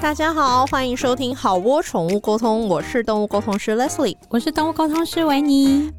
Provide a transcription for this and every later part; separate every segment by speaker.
Speaker 1: 大家好，欢迎收听好窝宠物沟通，我是动物沟通师 Leslie。
Speaker 2: 我是动物沟通师维尼。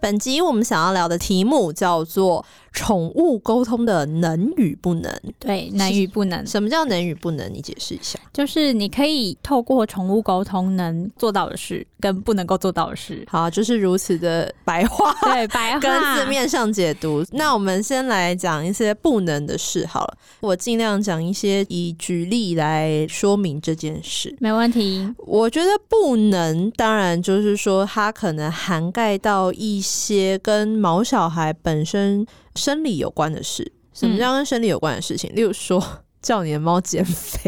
Speaker 1: 本集我们想要聊的题目叫做“宠物沟通的能与不能
Speaker 2: 对，能与不能”。，
Speaker 1: 什么叫能与不能？你解释一下。。
Speaker 2: 就是你可以透过宠物沟通能做到的事，跟不能够做到的事
Speaker 1: 好，就是如此的白话
Speaker 2: 对，白话
Speaker 1: 跟字面上解读。那我们先来讲一些不能的事好了，我尽量讲一些以举例来说明这件事。
Speaker 2: 没问题。
Speaker 1: 我觉得不能，当然就是说它可能涵盖到一些跟毛小孩本身生理有关的事。什么叫跟生理有关的事情？
Speaker 2: 嗯
Speaker 1: 例如说。叫你的猫减 肥，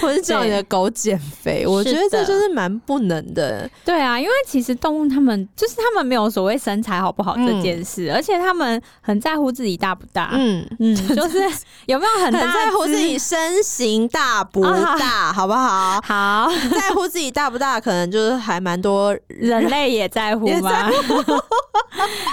Speaker 1: 或是叫你的狗减肥，我觉得
Speaker 2: 是
Speaker 1: 这
Speaker 2: 的
Speaker 1: 就是蛮不能的。
Speaker 2: 对啊，因为其实动物它们就是它们没有所谓身材好不好这件事，而且它们很在乎自己大不大。嗯
Speaker 1: 嗯，
Speaker 2: 就是有没啊有很
Speaker 1: 很
Speaker 2: 大
Speaker 1: 在乎自
Speaker 2: 只？
Speaker 1: 己。身形大不大，好不好
Speaker 2: 啊 好，
Speaker 1: 在乎自己大不大，可能就是还蛮多
Speaker 2: 人类 也在乎吗？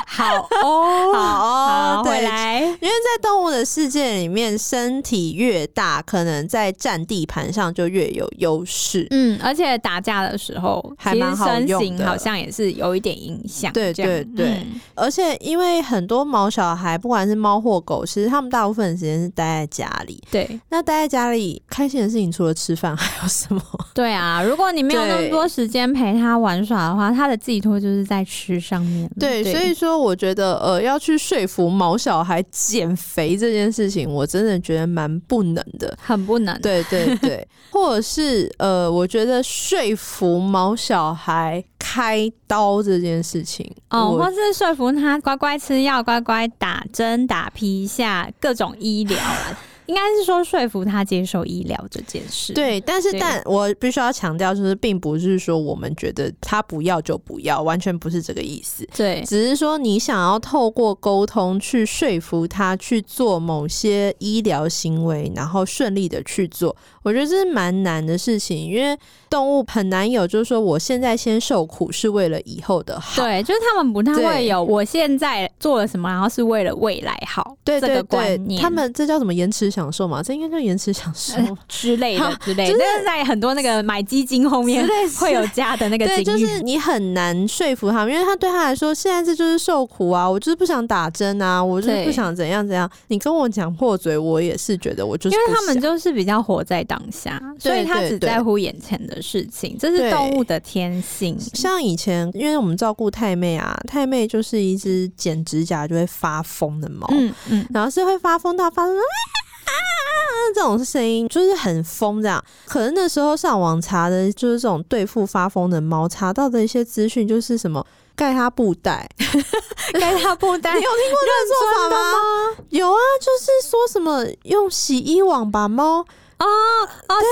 Speaker 2: 好哦，
Speaker 1: 好
Speaker 2: 好，
Speaker 1: 对
Speaker 2: 回来。
Speaker 1: 因为在动物的世界里面，身体越大，可能在占地盘上就越有优势。
Speaker 2: 嗯，而且打架的时候，
Speaker 1: 还
Speaker 2: 其实
Speaker 1: 蛮好
Speaker 2: 身
Speaker 1: 用的
Speaker 2: 形好像也是有一点影响。
Speaker 1: 对
Speaker 2: 这样
Speaker 1: 对对
Speaker 2: 嗯
Speaker 1: 而且，因为很多毛小孩，不管是猫或狗，其实他们大部分时间是待在家里。
Speaker 2: 对
Speaker 1: 那待在家里，开心的事情除了吃饭，还有什么？
Speaker 2: 对啊！如果你没有那么多时间陪他玩耍的话，他的寄托就是在吃上面了。
Speaker 1: 对，所以说，我觉得，呃，要去说服毛小孩减肥这件事情，我真的觉得蛮不能的。
Speaker 2: 很不能。
Speaker 1: 对对对， 或者是呃，我觉得说服毛小孩开刀这件事情，
Speaker 2: 哦，
Speaker 1: 我
Speaker 2: 或是说服他乖乖吃药、乖乖打针、打皮下各种医 疗啦，应该是说说服他接受医疗这件事。，
Speaker 1: 对，但是
Speaker 2: 对
Speaker 1: 但我必须要强调，就是并不是说我们觉得他不要就不要，完全不是这个意思。
Speaker 2: 对，
Speaker 1: 只是说，你想要透过沟通去说服他去做某些医疗行为，然后顺利的去做，我觉得这是蛮难的事情，因为动物很难有，就是说我现在先受苦是为了以后的好。
Speaker 2: 对，就是他们不太
Speaker 1: 对
Speaker 2: 会有我现在做了什么，然后是为了未来好
Speaker 1: 对
Speaker 2: 这
Speaker 1: 对
Speaker 2: 个
Speaker 1: 对
Speaker 2: 观，念，
Speaker 1: 他们这叫什么延迟享受嘛？这应该叫延迟享 受嘛
Speaker 2: 之类的
Speaker 1: 好
Speaker 2: 之类
Speaker 1: 就
Speaker 2: 的，
Speaker 1: 是
Speaker 2: 那个在很多那个买基金后面
Speaker 1: 之 类之
Speaker 2: 会有加的那个
Speaker 1: 对，
Speaker 2: 金
Speaker 1: 就
Speaker 2: 域。
Speaker 1: 是你很难说服他们，因为他对他来说，现在这就是受苦啊，我就是不想打针啊，我就是
Speaker 2: 对
Speaker 1: 不想怎样怎样。你跟我讲破嘴，我也是觉得我就是
Speaker 2: 因为
Speaker 1: 不
Speaker 2: 他们
Speaker 1: 想
Speaker 2: 就是比较活在当下，所
Speaker 1: 对
Speaker 2: 以他
Speaker 1: 对
Speaker 2: 只
Speaker 1: 对
Speaker 2: 在乎眼前的事情，这是
Speaker 1: 对
Speaker 2: 动物的天性。
Speaker 1: 像以前，因为我们照顾太妹啊，太妹就是一只剪指甲就会发疯的猫，
Speaker 2: 嗯嗯，
Speaker 1: 然后是会发疯到发出啊这种声音，就是很疯这样。可是那时候上网查的就是这种对付发疯的猫，查到的一些资讯就是什么盖它布 袋，
Speaker 2: 该他不担
Speaker 1: 你有听过这个做法吗？有啊，就是说什么用洗衣网把猫，
Speaker 2: 哦，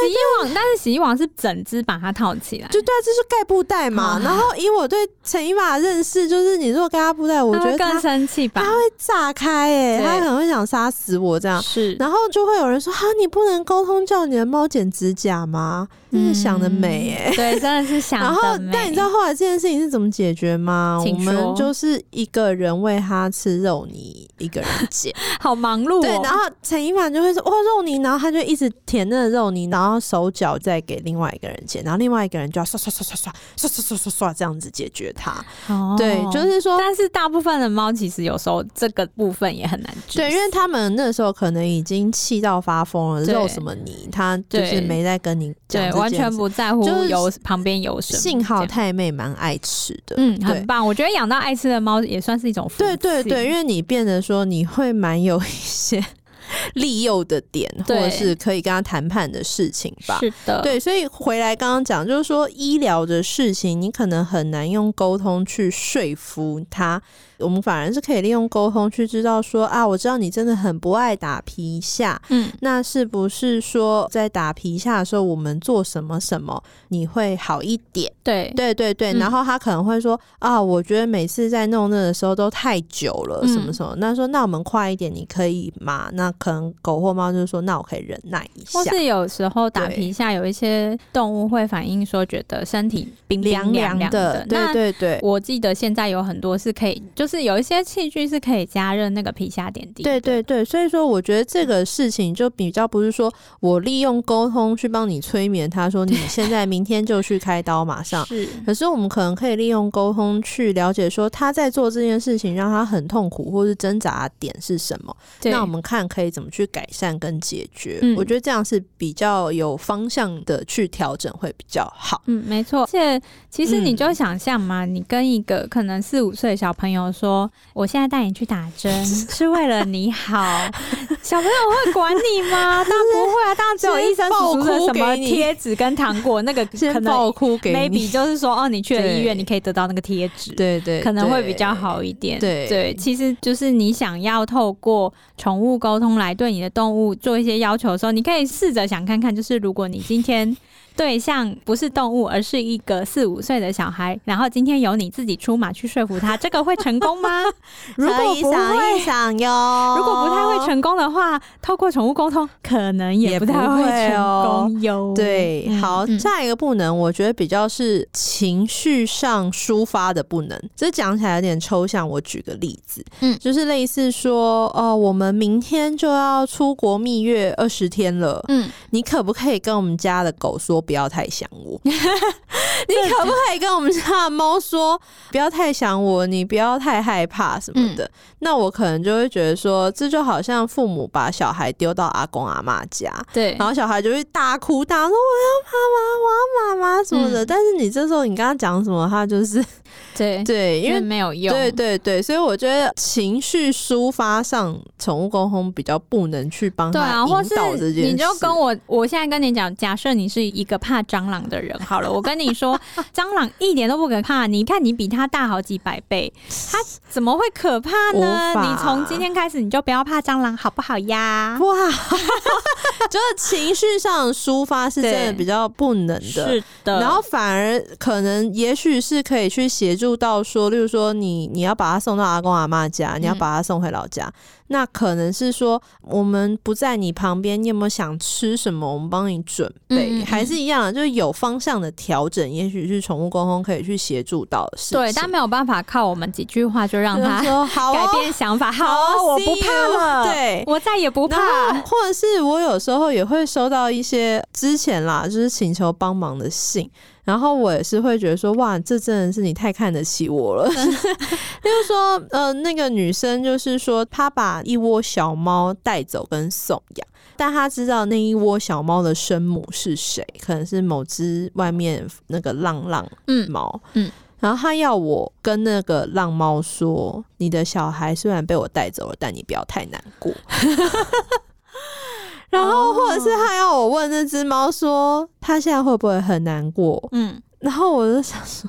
Speaker 2: 洗衣网，但是洗衣网是整只把它套起来，
Speaker 1: 就对啊，这是盖布袋嘛。
Speaker 2: 啊
Speaker 1: 然后以我对陈一玛的认识，就是你如果盖他布袋，我
Speaker 2: 它
Speaker 1: 觉
Speaker 2: 会
Speaker 1: 得
Speaker 2: 更
Speaker 1: 他
Speaker 2: 生气吧？哦
Speaker 1: 会炸开哎、
Speaker 2: 对
Speaker 1: 他可能会想杀死我这样。
Speaker 2: 是，
Speaker 1: 然后就会有人说：“哈，你不能沟通叫你的猫剪指甲吗？”真是想得美哎、
Speaker 2: 嗯对，真的是想
Speaker 1: 然后
Speaker 2: 得美。，
Speaker 1: 但你知道后来这件事情是怎么解决吗？我
Speaker 2: 请说
Speaker 1: 们就是一个人喂它吃肉泥，一个人剪。
Speaker 2: 好忙碌
Speaker 1: 对，然
Speaker 2: 哦。
Speaker 1: 后陈一凡就会说哇肉泥，然后他就一直舔那个肉泥，然后手脚再给另外一个人剪，然后另外一个人就要刷刷刷刷刷刷刷刷刷刷这样子解决它。
Speaker 2: 哦
Speaker 1: 对，就是说。
Speaker 2: 但是大部分的猫其实有时候这个部分也很难治。
Speaker 1: 对，因为他们那时候可能已经气到发疯了，
Speaker 2: 对
Speaker 1: 肉什么泥，他就是
Speaker 2: 对
Speaker 1: 没在跟你讲
Speaker 2: 对
Speaker 1: 这件事。
Speaker 2: 完全不在乎
Speaker 1: 就是
Speaker 2: 有旁边有什么。
Speaker 1: 幸好
Speaker 2: 这样
Speaker 1: 太妹蛮爱吃的，
Speaker 2: 嗯，
Speaker 1: 对
Speaker 2: 很棒。我觉得养到爱吃的猫也算是一种福
Speaker 1: 对
Speaker 2: 气。
Speaker 1: 对对，因为你变得说你会蛮有一些 利诱的点，或者
Speaker 2: 对
Speaker 1: 是可以跟他谈判的事情吧。
Speaker 2: 是的，
Speaker 1: 对，所以回来刚刚讲，就是说医疗的事情，你可能很难用沟通去说服他。我们反而是可以利用沟通去知道说啊，我知道你真的很不爱打皮下，
Speaker 2: 嗯，
Speaker 1: 那是不是说在打皮下的时候，我们做什么什么你会好一点？
Speaker 2: 对
Speaker 1: 对对对，
Speaker 2: 嗯
Speaker 1: 然后他可能会说啊，我觉得每次在弄那的时候都太久了，什么
Speaker 2: 嗯
Speaker 1: 什么。那说那我们快一点，你可以吗？那可能狗或猫就说，那我可以忍耐一下
Speaker 2: 或。是有时候打
Speaker 1: 对
Speaker 2: 皮下，有一些动物会反映说觉得身体冰冰
Speaker 1: 凉
Speaker 2: 凉
Speaker 1: 的，
Speaker 2: 那
Speaker 1: 对对对，
Speaker 2: 我记得现在有很多是可以，就是有一些器具是可以加热那个皮下点滴。
Speaker 1: 对对对，所以说我觉得这个事情就比较不是说我利用沟通去帮你催眠，他说你现在明天就去开刀，马 上。
Speaker 2: 是，
Speaker 1: 可是我们可能可以利用沟通去了解，说他在做这件事情让他很痛苦或是挣扎的点是什么。
Speaker 2: 对
Speaker 1: 那我们看可以怎么去改善跟解决。
Speaker 2: 嗯
Speaker 1: 我觉得这样是比较有方向的去调整会比较好。
Speaker 2: 嗯，没错。而且其实你
Speaker 1: 嗯
Speaker 2: 就想象嘛，你跟一个可能四五岁的小朋友说：“我现在带你去打 针是为了你好。”小朋友会管你 吗？当然不会啊，当然只有医生叔叔的
Speaker 1: 先爆哭
Speaker 2: 什么
Speaker 1: 给你
Speaker 2: 贴纸跟糖果，那个可
Speaker 1: 先
Speaker 2: 能
Speaker 1: 爆哭给你
Speaker 2: maybe 就是说哦，你去了医
Speaker 1: 对
Speaker 2: 院，你可以得到那个贴纸。
Speaker 1: 对对，
Speaker 2: 可能会比
Speaker 1: 对
Speaker 2: 较。好一点。
Speaker 1: 对
Speaker 2: 对，其实就是你想要透过宠物沟通来对你的动物做一些要求的时候，你可以试着想看看，就是如果你今天对象不是动物，而是一个四五岁的小孩，然后今天由你自己出马去说服他，这个会成 功吗？如果不会。
Speaker 1: 想一想哟，
Speaker 2: 如果不太会成功的话，透过宠物沟通可能也
Speaker 1: 也
Speaker 2: 不太
Speaker 1: 不会
Speaker 2: 成
Speaker 1: 哦
Speaker 2: 功哟。
Speaker 1: 对，
Speaker 2: 嗯
Speaker 1: 好，
Speaker 2: 嗯
Speaker 1: 下一个不能，我觉得比较是情绪上抒发的不能。这讲起来有点抽象，我举个例子，
Speaker 2: 嗯
Speaker 1: 就是类似说，哦，我们明天就要出国蜜月二十天了，
Speaker 2: 嗯，
Speaker 1: 你可不可以跟我们家的狗说不要太想 我？你可不可以跟我们家的猫说不要太想我，你不要太害怕什么的？
Speaker 2: 嗯
Speaker 1: 那我可能就会觉得说，这就好像父母把小孩丢到阿公阿妈家，
Speaker 2: 对
Speaker 1: 然后小孩就会大哭大闹，说我要妈妈，我要妈妈什么的。
Speaker 2: 嗯
Speaker 1: 但是你这时候你跟他讲什么，他就是
Speaker 2: 对
Speaker 1: 对，因
Speaker 2: 因为
Speaker 1: 为
Speaker 2: 没有用，
Speaker 1: 对对对，所以我觉得情绪抒发上，宠物沟通比较不能去帮
Speaker 2: 对
Speaker 1: 他
Speaker 2: 啊，或
Speaker 1: 引
Speaker 2: 是
Speaker 1: 导这件事。
Speaker 2: 你就跟我，我现在跟你讲，假设你是一个怕蟑螂的人 好了，我跟你说，蟑螂一点都不可怕，你看你比它大好几百 倍，它怎么会可怕呢？
Speaker 1: 无法
Speaker 2: 你从今天开始你就不要怕蟑螂，好不好呀？
Speaker 1: 哇，就是情绪上的抒发是真的
Speaker 2: 对
Speaker 1: 比较不能的。
Speaker 2: 是的，
Speaker 1: 然后反而可能，也许是可以去协助到说，例如说你你要把他送到阿公阿妈家，你要把他送回老家，那可能是说我们不在你旁边，你有没有想吃什么？我们帮你准备，
Speaker 2: 嗯嗯嗯
Speaker 1: 还是一样，就是有方向的调整，也许是宠物沟通可以去协助到的事情。
Speaker 2: 对，但没有办法靠我们几句话就让它
Speaker 1: 就是说 好、哦、
Speaker 2: 改变想法。好
Speaker 1: 哦
Speaker 2: 哦，我不
Speaker 1: see
Speaker 2: 怕
Speaker 1: you
Speaker 2: 了，
Speaker 1: 对
Speaker 2: 我再也不
Speaker 1: 然后
Speaker 2: 怕。
Speaker 1: 或者是我有时候也会收到一些之前啦，就是请求帮忙的信，然后我也是会觉得说，哇，这真的是你太看得起我了。 就是说，呃，那个女生就是说，她把一窝小猫带走跟送养，但她知道那一窝小猫的生母是谁，可能是某只外面那个浪浪
Speaker 2: 嗯，
Speaker 1: 猫，
Speaker 2: 嗯
Speaker 1: 然后她要我跟那个浪猫说，你的小孩虽然被我带走了，但你不要太难 过。然后，或者是她要我问那只猫说，它现在会不会很难过？
Speaker 2: 嗯，
Speaker 1: 然后我就想说，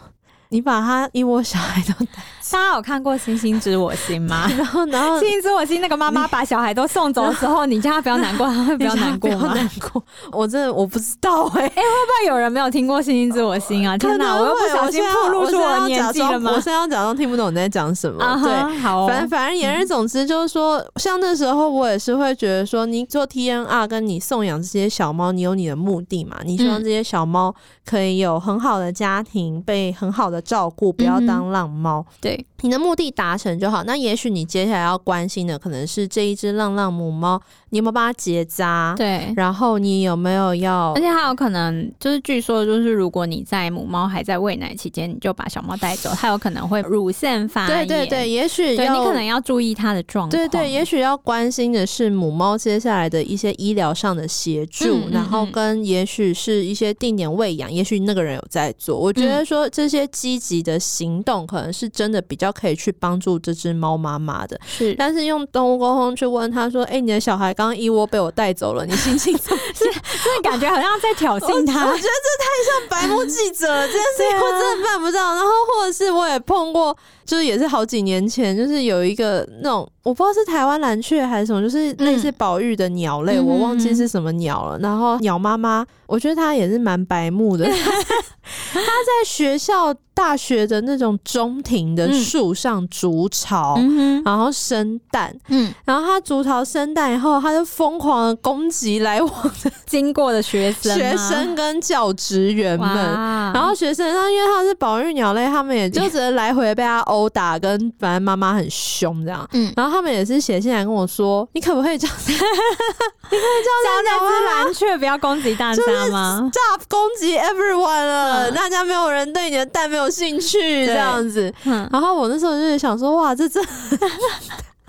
Speaker 1: 你把它一窝小孩都带，
Speaker 2: 大家有看过《星星知我心》吗？
Speaker 1: 然后，然后
Speaker 2: 《星之我心》那个妈妈把小孩都送走的时候，你叫他不要难过，他会不要难
Speaker 1: 不
Speaker 2: 过
Speaker 1: 要
Speaker 2: 吗？
Speaker 1: 难过，我真的我不知道哎、
Speaker 2: 会不会有人没有听过《星星之我心》啊？天哪，
Speaker 1: 可能
Speaker 2: 我又
Speaker 1: 会
Speaker 2: 不小心
Speaker 1: 现在
Speaker 2: 暴露
Speaker 1: 我
Speaker 2: 出
Speaker 1: 现在
Speaker 2: 我
Speaker 1: 要
Speaker 2: 的年
Speaker 1: 假
Speaker 2: 纪了
Speaker 1: 装
Speaker 2: 吗
Speaker 1: 我？现在要假装听不懂你在讲什 么。
Speaker 2: 啊
Speaker 1: 对
Speaker 2: 哈，，好
Speaker 1: 反
Speaker 2: 哦
Speaker 1: 正，反正言而总之就是说，像那时候我也是会觉得说，你做 TNR 跟你送养这些小猫，你有你的目的嘛？你希望
Speaker 2: 嗯
Speaker 1: 这些小猫可以有很好的家庭，被很好的照顾，不要
Speaker 2: 嗯哼
Speaker 1: 当浪猫。
Speaker 2: 对，
Speaker 1: 你的目的达成就好。那也许你接下来要关心的可能是这一只浪浪母猫，你有没有帮它结扎？
Speaker 2: 对。
Speaker 1: 啊然后你有没有要
Speaker 2: 而且还有可能，就是据说，就是如果你在母猫还在喂奶期间，你就把小猫带走，它有可能会乳腺发
Speaker 1: 对
Speaker 2: 炎。
Speaker 1: 对对，，也许
Speaker 2: 对你
Speaker 1: 要
Speaker 2: 可能要注意它的状况。
Speaker 1: 对对，也许要关心的是母猫接下来的一些医疗上的协助，
Speaker 2: 嗯嗯
Speaker 1: 然后
Speaker 2: 嗯
Speaker 1: 跟也许是一些定点喂养，也许那个人有在做。我觉
Speaker 2: 嗯
Speaker 1: 得说这些积极的行动，可能是真的比较可以去帮助这只猫妈妈的。
Speaker 2: 是
Speaker 1: 但是用动物沟通去问他说：“哎、你的小孩刚刚一窝被我带走了，你心情怎么
Speaker 2: 这感觉好像在挑
Speaker 1: 样？”
Speaker 2: 衅 它
Speaker 1: 我觉。得这太像白目记 者了，这件事情
Speaker 2: 对啊
Speaker 1: 我真的办不到。然后或者是我也碰过，就是也是好几年前，就是有一个那种我不知道是台湾蓝雀还是什么，就是类似保育的鸟类，
Speaker 2: 嗯
Speaker 1: 我忘记是什么鸟了。然 后鸟妈妈，我觉得她也是蛮白目的，她在学校。大学的那种中庭的
Speaker 2: 嗯
Speaker 1: 树上筑巢。
Speaker 2: 嗯哼，
Speaker 1: 然后生蛋，
Speaker 2: 嗯，
Speaker 1: 然后它筑巢生蛋以后，它就疯狂的攻击来往的
Speaker 2: 经过的学生啊吗
Speaker 1: 学生跟教职员们。
Speaker 2: 哇
Speaker 1: 然后学生，他因为他是保育鸟类，他们也 就只能来回被他殴打，跟反正妈妈很凶这样。
Speaker 2: 嗯
Speaker 1: 然后他们也是写信来跟我说，你可不可以这样子
Speaker 2: 教那只蓝雀不要攻击大家 吗？
Speaker 1: 大攻击 everyone 了？
Speaker 2: 嗯
Speaker 1: 大家没有人对你的蛋没有兴趣这样子。
Speaker 2: 嗯，
Speaker 1: 然后我那时候就是想说，哇，这真的，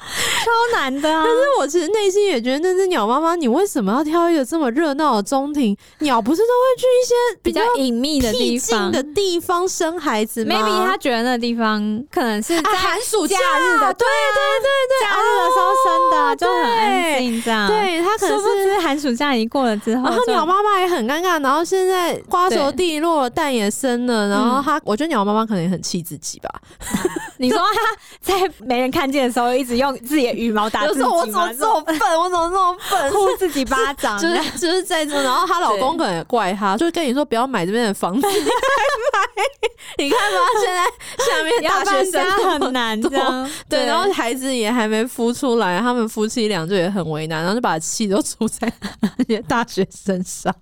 Speaker 2: 超难的啊！
Speaker 1: 但是我其实内心也觉得那只鸟妈妈，你为什么要挑一个这么热闹的中庭？鸟不是都会去一些
Speaker 2: 比
Speaker 1: 较
Speaker 2: 较隐秘的
Speaker 1: 僻
Speaker 2: 地
Speaker 1: 静
Speaker 2: 方
Speaker 1: 的地方生孩子吗
Speaker 2: maybe 他觉得那地方可能是在
Speaker 1: 啊寒暑
Speaker 2: 假
Speaker 1: 假
Speaker 2: 日的，对
Speaker 1: 啊
Speaker 2: 对对假日的时候生的啊，就很安静这样。，
Speaker 1: 对他可能
Speaker 2: 殊不
Speaker 1: 是
Speaker 2: 知寒暑假一过了之后，
Speaker 1: 然后
Speaker 2: 就
Speaker 1: 鸟妈妈也很尴尬，然后现在瓜熟蒂落，蛋也生了，然后它，我觉得鸟妈妈可能也很气自己吧，
Speaker 2: 你说他在没人看见的时候，一直用自己的羽毛打
Speaker 1: 就
Speaker 2: 自己
Speaker 1: 是
Speaker 2: 吗，
Speaker 1: 我怎么这 么笨，我怎么这么笨。
Speaker 2: 呼自己巴掌？
Speaker 1: 就
Speaker 2: 这样
Speaker 1: 是就是在这，然后她老公可能也怪她，就跟你说不要买这边的房子，你还买，你看吧，现在下面
Speaker 2: 要
Speaker 1: 大
Speaker 2: 不然
Speaker 1: 学生
Speaker 2: 大家
Speaker 1: 那
Speaker 2: 很
Speaker 1: 么
Speaker 2: 难
Speaker 1: 多
Speaker 2: 这样
Speaker 1: 对，然后孩子也还没孵出来，他们夫妻俩就也很为难，然后就把气都出在 那些大学生上。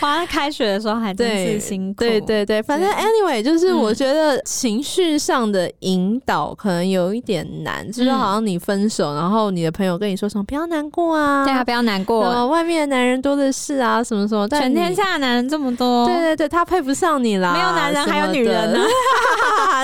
Speaker 2: 哇，他开学的时候还 真是辛苦，
Speaker 1: 对对对，反正
Speaker 2: 对
Speaker 1: anyway，就是
Speaker 2: 嗯
Speaker 1: 我觉得情绪上的引导可能有一点难，就是
Speaker 2: 嗯
Speaker 1: 好像你分手，然后你的朋友跟你说什么不要难过啊，
Speaker 2: 大家不要难
Speaker 1: 然
Speaker 2: 过，
Speaker 1: 后外面的男人多的是啊，什么什么，但
Speaker 2: 全
Speaker 1: 你
Speaker 2: 天。下的男人这么多，
Speaker 1: 对对对，他配不上你啦，
Speaker 2: 没有男人
Speaker 1: 什么
Speaker 2: 还有女人呢 啊
Speaker 1: 的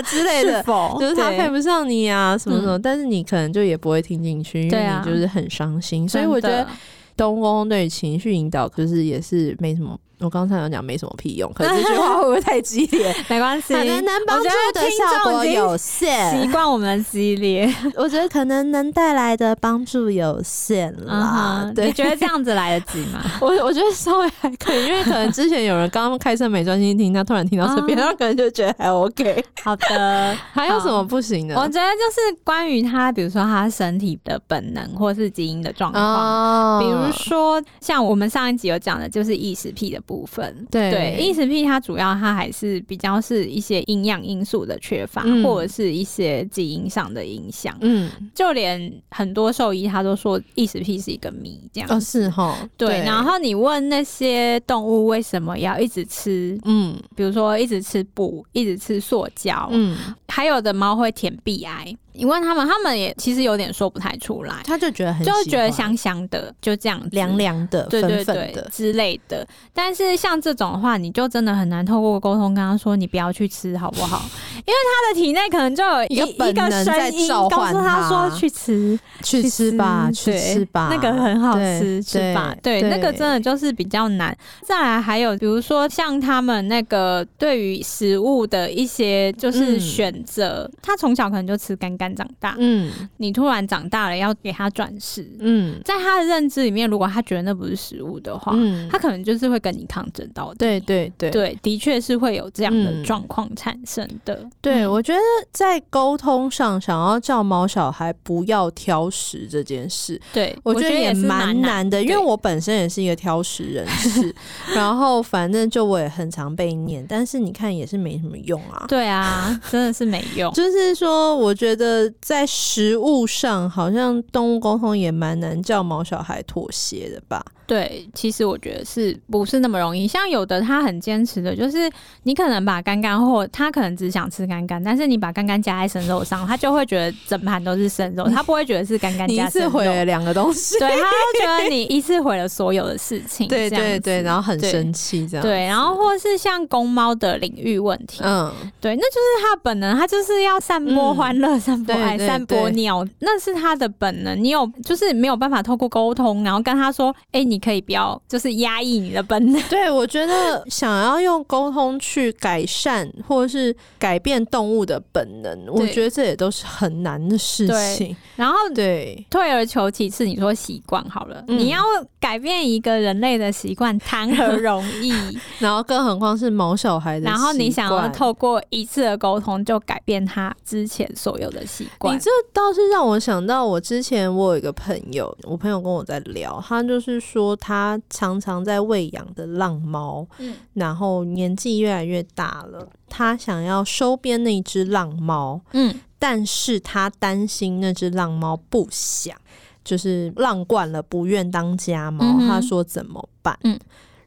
Speaker 1: 之类
Speaker 2: 是
Speaker 1: 的，
Speaker 2: 否
Speaker 1: 就是他
Speaker 2: 哦对嗯
Speaker 1: 配不上你啊，什么什么，但是你可能就也不会听进去，因
Speaker 2: 对
Speaker 1: 为
Speaker 2: 啊
Speaker 1: 你就是很伤心。所以
Speaker 2: 真
Speaker 1: 我觉
Speaker 2: 的
Speaker 1: 得东宫对情绪引导，可是也是没什么。我刚才有讲没什么屁用，可 是这句话会不会太激烈？
Speaker 2: 没关系，
Speaker 1: 可能能帮
Speaker 2: 我
Speaker 1: 助
Speaker 2: 觉得
Speaker 1: 的
Speaker 2: 听
Speaker 1: 效
Speaker 2: 众
Speaker 1: 果
Speaker 2: 已经
Speaker 1: 有
Speaker 2: 习
Speaker 1: 限，
Speaker 2: 惯我们的激 烈，
Speaker 1: 我觉得可能能带来的帮助有限啦。
Speaker 2: 嗯哼，
Speaker 1: 对
Speaker 2: 你，觉得这样子来得及吗？
Speaker 1: 我我觉得稍微还可以，因为可能之前有人刚刚开车没专心听，他突然听到这边，
Speaker 2: 啊
Speaker 1: 他可能就觉得还 OK。
Speaker 2: 好的，
Speaker 1: 还有什么不行的？
Speaker 2: 我觉得就是关于他，比如说他身体的本能或是基因的状况。
Speaker 1: 哦
Speaker 2: 比如说，像我们上一集有讲的，就是异食癖的部分。
Speaker 1: 对
Speaker 2: 对，异食癖它主要它还是比较是一些营养因素的缺乏，
Speaker 1: 嗯
Speaker 2: 或者是一些基因上的影响。
Speaker 1: 嗯，
Speaker 2: 就连很多兽医他都说异食癖是一个谜，这样。
Speaker 1: 哦是哈，
Speaker 2: 对，然后你问那些动物为什么要一直吃，
Speaker 1: 嗯
Speaker 2: 比如说一直吃布，一直吃塑胶，
Speaker 1: 嗯，
Speaker 2: 还有的猫会舔鼻癌。你问他们，他们也其实有点说不太出来，
Speaker 1: 他就觉得很
Speaker 2: 就
Speaker 1: 喜
Speaker 2: 觉得
Speaker 1: 欢
Speaker 2: 香香的，就这样子
Speaker 1: 凉。凉的、
Speaker 2: 对对
Speaker 1: 粉
Speaker 2: 对
Speaker 1: 粉的，
Speaker 2: 之类的，但是像这种的话，你就真的很难透过沟通跟他说你不要去吃好 不好？因为他的体内可能就有
Speaker 1: 一个
Speaker 2: 一
Speaker 1: 本能
Speaker 2: 个
Speaker 1: 在
Speaker 2: 声音
Speaker 1: 召
Speaker 2: 告
Speaker 1: 唤
Speaker 2: 诉他
Speaker 1: 他
Speaker 2: 说去吃，
Speaker 1: 去吃吧，去
Speaker 2: 对
Speaker 1: 吃吧，
Speaker 2: 那个很好
Speaker 1: 对
Speaker 2: 吃，吃吧，对，那个真的就是比较难。再来还有，比如说像他们那个对于食物的一些就是
Speaker 1: 嗯
Speaker 2: 选择，他从小可能就吃干干长大，
Speaker 1: 嗯
Speaker 2: 你突然长大了要给他转世，
Speaker 1: 嗯
Speaker 2: 在他的认知里面，如果他觉得那不是食物的话，
Speaker 1: 嗯，
Speaker 2: 他可能就是会跟你抗争到底。
Speaker 1: 对对对
Speaker 2: 对，的确是会有这样的
Speaker 1: 嗯
Speaker 2: 状况产生的。
Speaker 1: 对，
Speaker 2: 嗯
Speaker 1: 我觉得在沟通上，想要叫毛小孩不要挑食这件事，
Speaker 2: 对，
Speaker 1: 我觉得也
Speaker 2: 是
Speaker 1: 蛮
Speaker 2: 难
Speaker 1: 难的，因为
Speaker 2: 对
Speaker 1: 我本身也是一个挑食人 士，然后反正就我也很常被念，但是你看也是没什么用啊。
Speaker 2: 对啊，真的是没用。
Speaker 1: 就是说，我觉得在食物上，好像动物沟通也蛮难叫毛小孩妥协的吧？
Speaker 2: 对，其实我觉得是不是那么容易？像有的他很坚持的，就是你可能把干干或他可能只想吃干干，但是你把干干加在生肉上，他就会觉得整盘都是生肉，他不会觉得是干干
Speaker 1: 你一
Speaker 2: 加生
Speaker 1: 次
Speaker 2: 肉。
Speaker 1: 毁了两个东西，
Speaker 2: 对，他会觉得你一次毁了所有的事情。
Speaker 1: 对
Speaker 2: 这样
Speaker 1: 对
Speaker 2: 子
Speaker 1: 对，然后很
Speaker 2: 对
Speaker 1: 生气这样。，
Speaker 2: 对，然后或是像公猫的领域问题，
Speaker 1: 嗯，
Speaker 2: 对，那就是它本能，它就是要散播
Speaker 1: 嗯
Speaker 2: 欢乐、散播
Speaker 1: 对
Speaker 2: 爱、
Speaker 1: 对
Speaker 2: 散播
Speaker 1: 对
Speaker 2: 尿，那是它的本能。你有就是没有办法透过沟通，然后跟他说，哎、你可以不要就是压抑你的本能。
Speaker 1: 对，我觉得想要用沟通去改善或是改变动物的本能，我觉得这也都是很难的事情。
Speaker 2: 然后
Speaker 1: 对，
Speaker 2: 退而求其次，你说习惯好了，
Speaker 1: 嗯
Speaker 2: 你要改变一个人类的习惯，谈何容 易？
Speaker 1: 然后更何况是毛小孩的习惯，
Speaker 2: 然后你想要透过一次的沟通，就改变他之前所有的习
Speaker 1: 你
Speaker 2: 惯。
Speaker 1: 这倒是让我想到，我之前我有一个朋友，我朋友跟我在聊，他就是说说他常常在喂养的浪猫，
Speaker 3: 嗯，
Speaker 1: 然后年纪越来越大了，他想要收编那只浪猫，
Speaker 2: 嗯，
Speaker 1: 但是他担心那只浪猫不想，就是浪惯了不愿当家猫，
Speaker 2: 嗯哼
Speaker 1: 他说怎么办？
Speaker 2: 嗯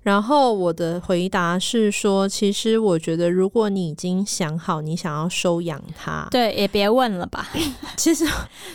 Speaker 1: 然后我的回答是说，其实我觉得，如果你已经想好你想要收养它，
Speaker 2: 对，也别问了吧，
Speaker 1: 其实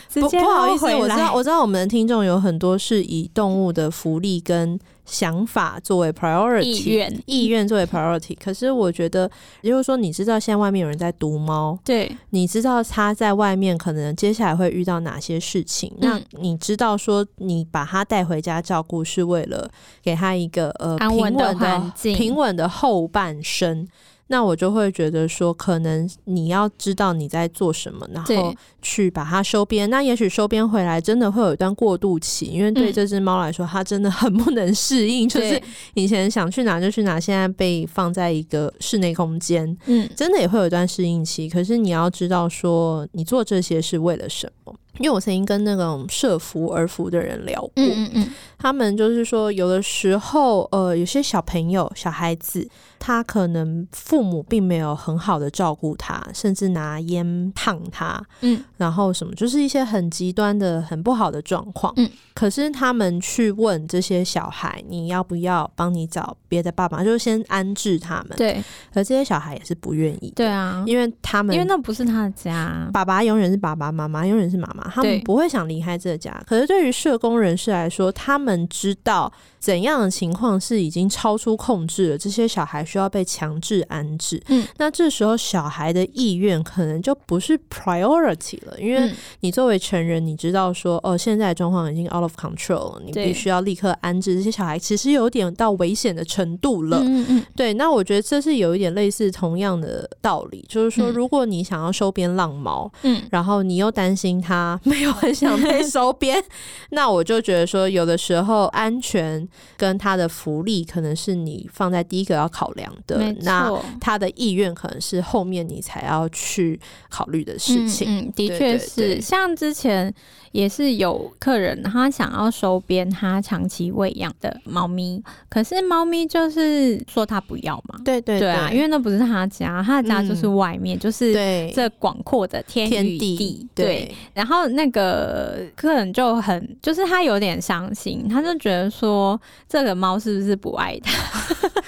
Speaker 2: 直
Speaker 1: 不
Speaker 2: 接
Speaker 1: 不好
Speaker 2: 捞
Speaker 1: 意思，
Speaker 2: 回
Speaker 1: 我知
Speaker 2: 来
Speaker 1: 道我知道我们的听众有很多是以动物的福利跟想法作为 priority
Speaker 2: 意愿
Speaker 1: 意愿作为 priority，可是我觉得，也就是说，你知道现在外面有人在毒猫，
Speaker 2: 对，
Speaker 1: 你知道它在外面可能接下来会遇到哪些事情，
Speaker 2: 嗯
Speaker 1: 那你知道说你把它带回家照顾是为了给它一个呃
Speaker 2: 安稳
Speaker 1: 平
Speaker 2: 的
Speaker 1: 稳的
Speaker 2: 环境
Speaker 1: 平稳的后半生。那我就会觉得说，可能你要知道你在做什么，然后
Speaker 2: 对
Speaker 1: 去把它收编。那也许收编回来真的会有一段过渡期，因为对
Speaker 2: 嗯
Speaker 1: 这只猫来说，它真的很不能适 应，就是
Speaker 2: 对
Speaker 1: 以前想去哪就去哪，现在被放在一个室内空间，
Speaker 2: 嗯，
Speaker 1: 真的也会有一段适应期。可是你要知道说，你做这些是为了什么？因为我曾经跟那种社服、儿服的人聊过，
Speaker 2: 嗯嗯嗯，
Speaker 1: 他们就是说，有的时候，呃，有些小朋友、小孩子，他可能父母并没有很好的照顾他，甚至拿烟烫他，
Speaker 2: 嗯，
Speaker 1: 然后什么，就是一些很极端的、很不好的状况。
Speaker 2: 嗯，
Speaker 1: 可是他们去问这些小孩，你要不要帮你找别的爸爸？就是先安置他们。，
Speaker 2: 对
Speaker 1: 可这些小孩也是不愿意，
Speaker 2: 对啊，
Speaker 1: 因为他们
Speaker 2: 因为那不是他的家，
Speaker 1: 爸爸永远是爸爸，妈妈永远是妈妈，他们
Speaker 2: 对
Speaker 1: 不会想离开这个家。可是对于社工人士来说，他们知道怎样的情况是已经超出控制了，这些小孩需要被强制安置。
Speaker 2: 嗯，
Speaker 1: 那这时候小孩的意愿可能就不是 priority 了，因为
Speaker 2: 嗯
Speaker 1: 你作为成人，你知道说，哦，现在的状况已经 out of control，了你
Speaker 2: 对
Speaker 1: 必须要立刻安置这些小孩，其实有点到危险的程度了。
Speaker 2: 嗯嗯
Speaker 1: 对，那我觉得这是有一点类似同样的道理，就是说，
Speaker 2: 嗯
Speaker 1: 如果你想要收编浪猫，
Speaker 2: 嗯
Speaker 1: 然后你又担心它没有很想被收编，那我就觉得说，有的时候安全跟它的福利可能是你放在第一个要考量
Speaker 2: 嗯，
Speaker 1: 的
Speaker 2: 没，
Speaker 1: 那
Speaker 2: 错，
Speaker 1: 它的意愿可能是后面你才要去考虑的事情。
Speaker 2: 嗯，嗯的
Speaker 1: 对
Speaker 2: 确
Speaker 1: 对
Speaker 2: 是。
Speaker 1: 对
Speaker 2: 像之前也是有客人他想要收编他长期喂养的猫咪，可是猫咪就是说他不要嘛。
Speaker 1: 对对对
Speaker 2: 啊，因为那不是他家，他的家
Speaker 1: 嗯
Speaker 2: 就是外面，就是
Speaker 1: 对
Speaker 2: 这广阔的天
Speaker 1: 天
Speaker 2: 与
Speaker 1: 地
Speaker 2: 对，然后那个客人就很，就是他有点伤心，他就觉得说这个猫是不是不爱他？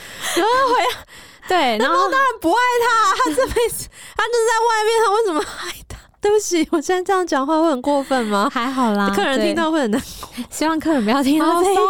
Speaker 2: 对，然后
Speaker 1: 不爱 他，他这辈子他就是在外面，他为什么爱他？ 对不起，我现在这样讲话会很过分吗？
Speaker 2: 哦还好啦，
Speaker 1: 客人
Speaker 2: 对
Speaker 1: 听，到会很难。啊
Speaker 2: 希望客人不要听到
Speaker 1: I'm
Speaker 2: 这一集。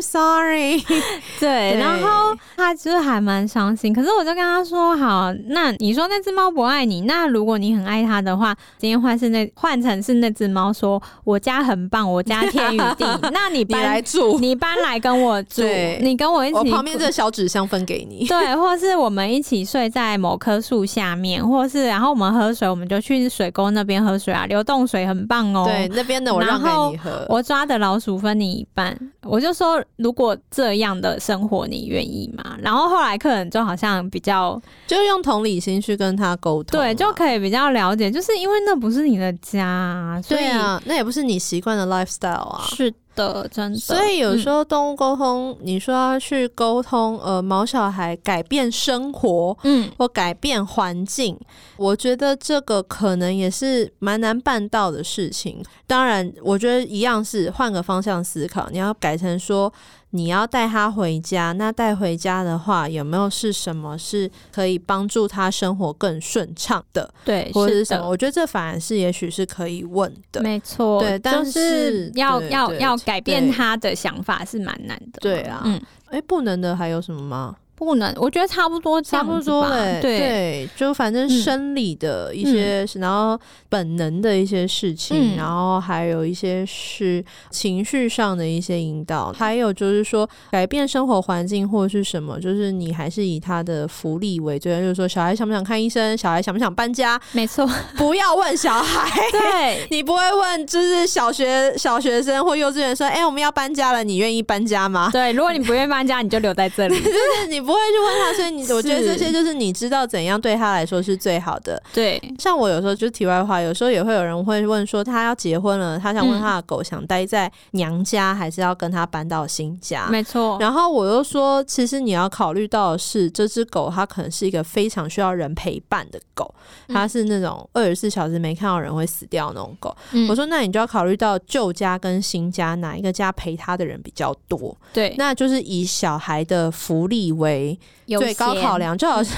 Speaker 1: sorry，I'm sorry。
Speaker 2: 对，
Speaker 1: 对
Speaker 2: 然后他就是还蛮伤心，可是我就跟他说，好，那你说那只猫不爱你，那如果你很爱它的话，今天换是那换成是那只猫说，我家很棒，我家天与 地，那你
Speaker 1: 你
Speaker 2: 搬
Speaker 1: 来住，
Speaker 2: 你搬来跟我住
Speaker 1: 对，
Speaker 2: 你跟我一起
Speaker 1: 我旁边这小纸箱分给你。
Speaker 2: 对，或是我们一起睡在某棵树下面，或是然后我们喝水，我们就去水沟那边喝水啊，流动水很棒哦。
Speaker 1: 对，那边的我让给你喝。
Speaker 2: 我抓的老鼠分你一半，我就说如果这样的生活你愿意吗？然后后来客人就好像比较
Speaker 1: 就用同理心去跟他沟通啊。
Speaker 2: 对，就可以比较了解，就是因为那不是你的家啊，所以
Speaker 1: 对啊，那也不是你习惯的 lifestyle 啊。
Speaker 2: 是嗯的，真的，
Speaker 1: 所以有时
Speaker 2: 候、
Speaker 1: 候动物沟通，你说要去沟通，呃，毛小孩改变生活
Speaker 2: 嗯
Speaker 1: 或改变环境，我觉得这个可能也是蛮难办到的事情。当然，我觉得一样是换个方向思考，你要改成说你要带他回家，那带回家的话，有没有是什么是可以帮助他生活更顺畅的，
Speaker 2: 对，
Speaker 1: 或者是
Speaker 2: 是
Speaker 1: 什
Speaker 2: 的
Speaker 1: 么？我觉得这反而是也许是可以问的。
Speaker 2: 没错，
Speaker 1: 对但
Speaker 2: 就是
Speaker 1: 是
Speaker 2: 要
Speaker 1: 对
Speaker 2: 要
Speaker 1: 对
Speaker 2: 要改变
Speaker 1: 对
Speaker 2: 他的想法是蛮难的。
Speaker 1: 对啊
Speaker 2: 嗯，
Speaker 1: 哎、不能的还有什么吗？
Speaker 2: 不能，我觉得差不多这
Speaker 1: 差
Speaker 2: 样
Speaker 1: 不
Speaker 2: 子
Speaker 1: 多
Speaker 2: 吧
Speaker 1: 嘞，
Speaker 2: 对，
Speaker 1: 就反正
Speaker 2: 嗯
Speaker 1: 生理的一些事，然后本能的一些事情，
Speaker 2: 嗯
Speaker 1: 然后还有一些是情绪上的一些引导，还有就是说改变生活环境或是什么，就是你还是以他的福利为最，就是说小孩想不想看医生，小孩想不想搬 家，
Speaker 2: 没错，
Speaker 1: 不要问小孩。
Speaker 2: 对。
Speaker 1: 你不会问，就是小学小学生或幼稚园说：“哎、我们要搬家了，你愿意搬家吗？”
Speaker 2: 对，如果你不愿意搬家，你就留在这里。
Speaker 1: 就是你不不会去问他，所以你我觉得
Speaker 2: 是
Speaker 1: 这些就是你知道怎样对他来说是最好的。
Speaker 2: 对，
Speaker 1: 像我有时候就题外话，有时候也会有人会问说，他要结婚了，他想问
Speaker 2: 嗯
Speaker 1: 他的狗想待在娘家，还是要跟他搬到新家？
Speaker 2: 没错，
Speaker 1: 然后我又说，其实你要考虑到的是，这只狗它可能是一个非常需要人陪伴的狗，
Speaker 2: 嗯
Speaker 1: 它是那种二十四小时没看到人会死掉那种狗。
Speaker 2: 嗯
Speaker 1: 我说，那你就要考虑到旧家跟新家哪一个家陪它的人比较多，
Speaker 2: 对，
Speaker 1: 那就是以小孩的福利为
Speaker 2: 有
Speaker 1: 最高
Speaker 2: 闲
Speaker 1: 考，量，
Speaker 2: 嗯
Speaker 1: 就好像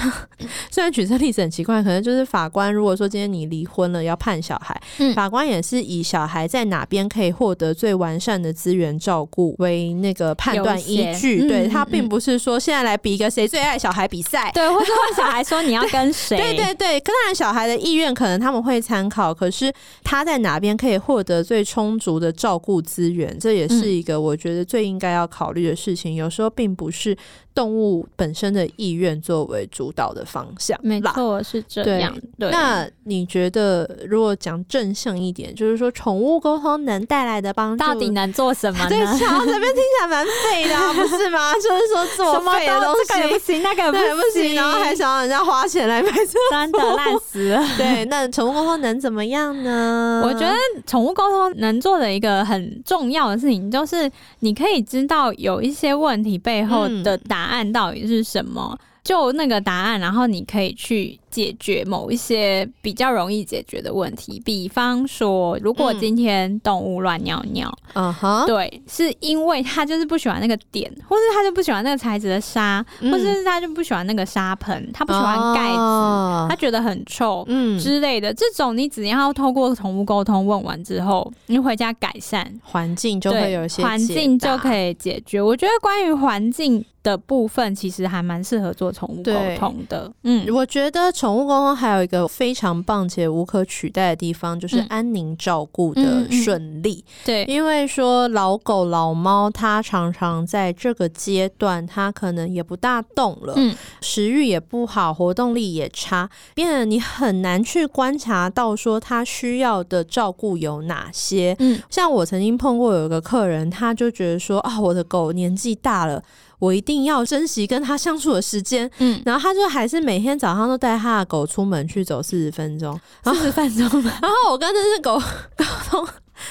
Speaker 1: 虽然举这例子很奇怪，可能就是法官如果说今天你离婚了要判小孩，
Speaker 2: 嗯
Speaker 1: 法官也是以小孩在哪边可以获得最完善的资源照顾为那个判断依
Speaker 2: 优
Speaker 1: 据，
Speaker 2: 先
Speaker 1: 对
Speaker 2: 嗯
Speaker 1: 他
Speaker 2: 嗯
Speaker 1: 并不是说现在来比一个谁最爱小孩比赛。
Speaker 2: 对，或是问小孩说你要跟 谁，
Speaker 1: 对对对，当然小孩的意愿可能他们会参考，可是他在哪边可以获得最充足的照顾资源，这也是
Speaker 2: 嗯
Speaker 1: 一个我觉得最应该要考虑的事情。有时候并不是动物本身的意愿作为主导的方向，
Speaker 2: 没
Speaker 1: 啦。
Speaker 2: 错，是这
Speaker 1: 啊对
Speaker 2: 样，对，
Speaker 1: 那你觉得，如果讲正向一点，就是说宠物沟通能带来的帮助，
Speaker 2: 到底能做什么
Speaker 1: 对，
Speaker 2: 呢？
Speaker 1: 想 到这边听起来蛮废的、 啊，不是吗？就是说这么
Speaker 2: 什么
Speaker 1: 废的东
Speaker 2: 都这个也不
Speaker 1: 西，
Speaker 2: 行，那个也
Speaker 1: 对，也不行，然后还想让人家花钱来买这
Speaker 2: 真的烂死 了。
Speaker 1: 对，那宠物沟通能怎么样呢？
Speaker 2: 我觉得宠物沟通能做的一个很重要的事情，就是你可以知道有一些问题背后
Speaker 1: 嗯
Speaker 2: 的答案到底是什么，就那个答案，然后你可以去解决某一些比较容易解决的问题。比方说，如果
Speaker 1: 嗯
Speaker 2: 今天动物乱尿尿，
Speaker 1: 嗯哼，
Speaker 2: 对，是因为它就是不喜欢那个点，或是它就不喜欢那个材质的沙，
Speaker 1: 嗯
Speaker 2: 或是它就不喜欢那个沙盆，它不喜欢盖子，
Speaker 1: 哦
Speaker 2: 它觉得很臭，
Speaker 1: 嗯，
Speaker 2: 之类的，这种你只要透过宠物沟通问完之后，你回家改善，
Speaker 1: 环境就会
Speaker 2: 对
Speaker 1: 有一些
Speaker 2: 环境就可
Speaker 1: 以。
Speaker 2: 以解决。我觉得关于环境的部分，其实还蛮适合做宠物沟
Speaker 1: 对
Speaker 2: 通的。嗯，
Speaker 1: 我觉得宠物沟通还有一个非常棒且无可取代的地方，就是
Speaker 2: 嗯
Speaker 1: 安宁照顾
Speaker 2: 嗯嗯
Speaker 1: 的
Speaker 2: 嗯
Speaker 1: 顺利。
Speaker 2: 对，
Speaker 1: 因为说老狗老猫，它常常在这个阶段，它可能也不大动了，
Speaker 2: 嗯
Speaker 1: 食欲也不好，活动力也差，变得你很难去观察到说它需要的照顾有哪些。
Speaker 2: 嗯，
Speaker 1: 像我曾经碰过有一个客人，他就觉得说啊，我的狗年纪大了，我一定要珍惜跟它相处的时间。
Speaker 2: 嗯，
Speaker 1: 然后他就还是每天早上都带他的狗出门去走四十分钟，
Speaker 2: 四十分钟 吧。
Speaker 1: 然哦后我跟那只狗沟通，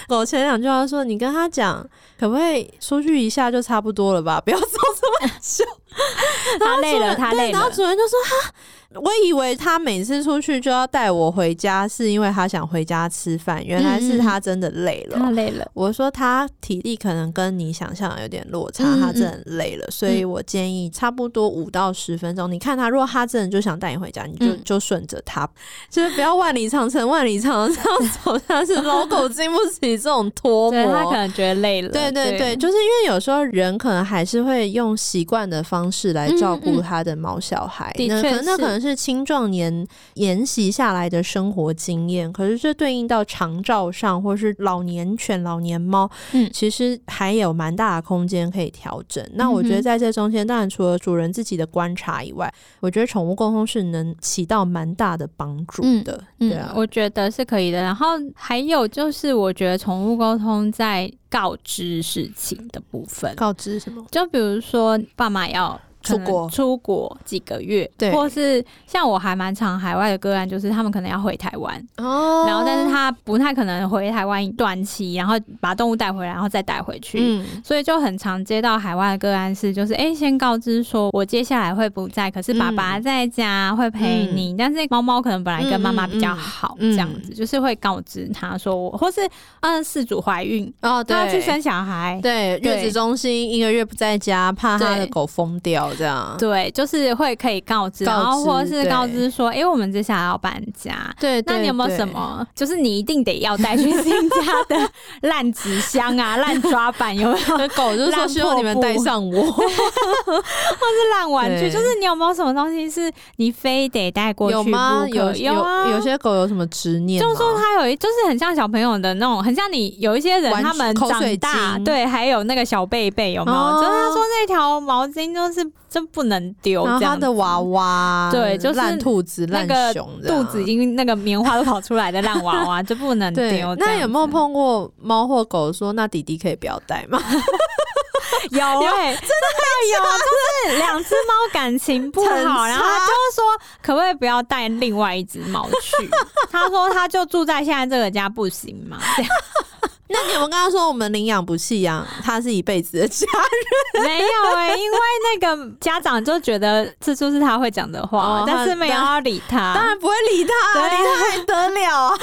Speaker 1: 狗前两句话说：“你跟他讲，可不可以出去一下就差不多了吧，不要走这么久。
Speaker 2: 他累了，他累
Speaker 1: 对然后
Speaker 2: 了。
Speaker 1: 主人就说：“哈，我以为他每次出去就要带我回家，是因为他想回家吃饭，原来是他真的累了。
Speaker 2: 他累了，
Speaker 1: 我说他体力可能跟你想象有点落差，
Speaker 2: 嗯
Speaker 1: 他真的很累了，所以我建议差不多五到十分钟。你看他，如果他真的就想带你回家，你就、
Speaker 2: 嗯
Speaker 1: 就顺着他， 就是不要万里长城万里长城 这样走下去，老狗经不起这种脱
Speaker 2: 对他可
Speaker 1: 模。
Speaker 2: 能觉得累了。
Speaker 1: 对对对，，就是因为有时候人可能还是会用习惯的方式来照
Speaker 2: 嗯
Speaker 1: 顾
Speaker 2: 嗯
Speaker 1: 他的毛小孩，
Speaker 2: 的
Speaker 1: 那
Speaker 2: 确
Speaker 1: 可能那
Speaker 2: 是
Speaker 1: 可能是青壮年沿袭下来的生活经验，可是这对应到长照上或是老年犬、老年猫，
Speaker 2: 嗯
Speaker 1: 其实还有蛮大的空间可以调整。那我觉
Speaker 2: 嗯
Speaker 1: 得
Speaker 2: 哼
Speaker 1: 在这中间，当然除了主人自己的观察以外，我觉得宠物沟通是能起到蛮大的帮助的。对
Speaker 2: 嗯
Speaker 1: 啊，，
Speaker 2: 我觉得是可以的。然后还有就是，我觉得宠物沟通在告知事情的部分，
Speaker 1: 告知什么？
Speaker 2: 就比如说，爸妈要可能
Speaker 1: 出国
Speaker 2: 出国几个月，
Speaker 1: 对
Speaker 2: 或是像我还蛮常海外的个案，就是他们可能要回台湾，
Speaker 1: 哦
Speaker 2: 然后但是他不太可能回台湾一段期，然后把动物带回来，然后再带回去。
Speaker 1: 嗯，
Speaker 2: 所以就很常接到海外的个案是，就是哎、诶先告知说我接下来会不在，可是爸爸在家会陪你，但是猫猫可能本来跟妈妈比较好，
Speaker 1: 嗯嗯嗯嗯
Speaker 2: 这样子、就是会告知他说我，或是嗯四主怀孕，
Speaker 1: 哦
Speaker 2: 他要去
Speaker 1: 对。
Speaker 2: 生小孩，
Speaker 1: 对，月
Speaker 2: 对
Speaker 1: 子中心一个月不在家，怕他的
Speaker 2: 对
Speaker 1: 狗疯掉这样。
Speaker 2: 对，就是会可以告知，
Speaker 1: 告知
Speaker 2: 然后或是
Speaker 1: 对
Speaker 2: 告知说，哎、我们接下来要搬家。
Speaker 1: 对，
Speaker 2: 那
Speaker 1: 对
Speaker 2: 你有没有
Speaker 1: 对
Speaker 2: 什么，就是你一定得要带去新家的烂纸 箱啊、烂抓板，有没有？
Speaker 1: 那狗就是说
Speaker 2: 烂
Speaker 1: 希望
Speaker 2: 破
Speaker 1: 你们带
Speaker 2: 布
Speaker 1: 上我，
Speaker 2: 是烂玩
Speaker 1: 对
Speaker 2: 具，就是你有没有什么东西是你非得带过去
Speaker 1: 有吗？
Speaker 2: 不
Speaker 1: 有
Speaker 2: 可有啊，
Speaker 1: 有些狗有什么执念吗？
Speaker 2: 就是说它有一，就是很像小朋友的那种，很像你有一些人
Speaker 1: 玩具
Speaker 2: 他们
Speaker 1: 口水
Speaker 2: 长大，
Speaker 1: 巾
Speaker 2: 对，还有那个小贝贝有没有？
Speaker 1: 哦
Speaker 2: 就是他说那条毛巾就是真不能丢，
Speaker 1: 然后
Speaker 2: 这
Speaker 1: 他
Speaker 2: 样
Speaker 1: 的
Speaker 2: 子
Speaker 1: 娃娃，
Speaker 2: 对就是
Speaker 1: 烂兔子、
Speaker 2: 那
Speaker 1: 烂
Speaker 2: 个
Speaker 1: 熊这
Speaker 2: 肚
Speaker 1: 样，
Speaker 2: 子已经那个棉花都跑出来的烂娃娃 就不能丢这
Speaker 1: 对
Speaker 2: 样。子。
Speaker 1: 那有没有碰过猫或狗说那弟弟可以不要带吗？
Speaker 2: 欸 有哎、真的有，就是是两只猫感情不 好，
Speaker 1: 很差
Speaker 2: 然后他就说可不可以不要带另外一只猫去？他说他就住在现在这个家不行吗？ 这样
Speaker 1: 那你有没有跟他说我们领养不弃养，他是一辈子的家？
Speaker 2: 没有哎、因为那个家长就觉得这就是他会讲的话，
Speaker 1: 哦
Speaker 2: 但是没有要理他。
Speaker 1: 当然不会理他，
Speaker 2: 对
Speaker 1: 理他还得了啊？